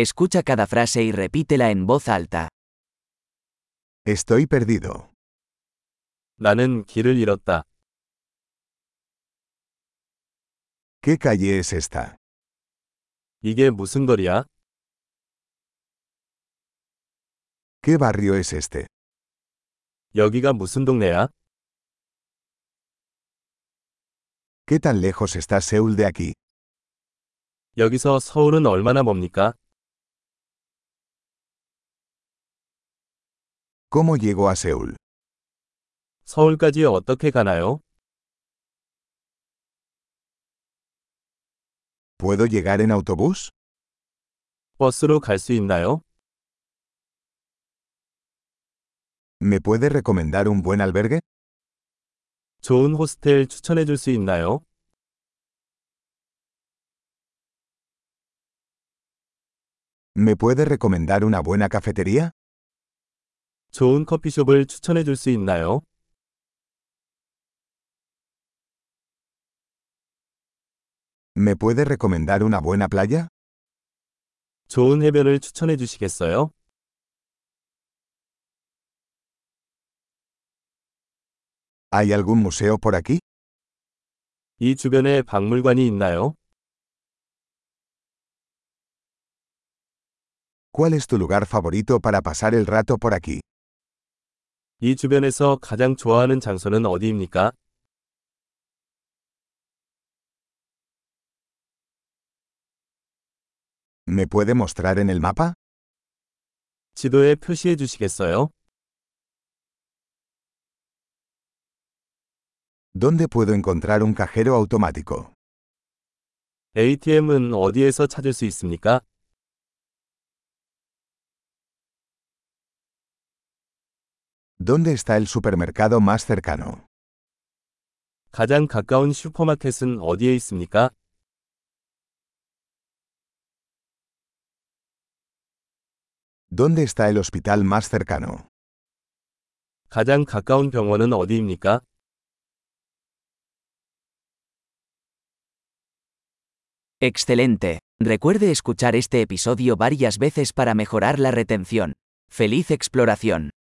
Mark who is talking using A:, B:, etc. A: Escucha cada frase y repítela en voz alta.
B: Estoy perdido.
C: 나는 길을 잃었다.
B: ¿Qué calle es esta?
C: 이게 무슨 거리야?
B: ¿Qué barrio es este?
C: 여기가 무슨 동네야?
B: ¿Qué tan lejos está Seúl de aquí?
C: 여기서 서울은 얼마나 멉니까?
B: ¿Cómo llego a Seúl?
C: 서울까지 어떻게 가나요?
B: ¿Puedo llegar en autobús?
C: 버스로 갈 수 있나요?
B: ¿Me puede recomendar un buen albergue?
C: 좋은 호스텔 추천해 줄 수 있나요?
B: ¿Me puede recomendar una buena cafetería?
C: 좋은 커피숍을 추천해 줄 수 있나요?
B: ¿Me puede recomendar una buena playa?
C: 좋은 해변을 추천해 주시겠어요?
B: ¿Hay algún museo por aquí?
C: 이 주변에 박물관이 있나요?
B: ¿Cuál es tu lugar favorito para pasar el rato por aquí?
C: 이 주변에서 가장 좋아하는 장소는 어디입니까?
B: ¿Me puede mostrar en el mapa?
C: 지도에 표시해 주시겠어요?
B: ¿Dónde puedo encontrar un cajero automático?
C: ATM은 어디에서 찾을 수 있습니까?
B: ¿Dónde está el supermercado más cercano?
C: 가장 가까운 슈퍼마켓은 어디에 있습니까?
B: ¿Dónde está el hospital más cercano?
C: 가장 가까운 병원은 어디입니까?
A: Excelente. Recuerde escuchar este episodio varias veces para mejorar la retención. ¡Feliz exploración!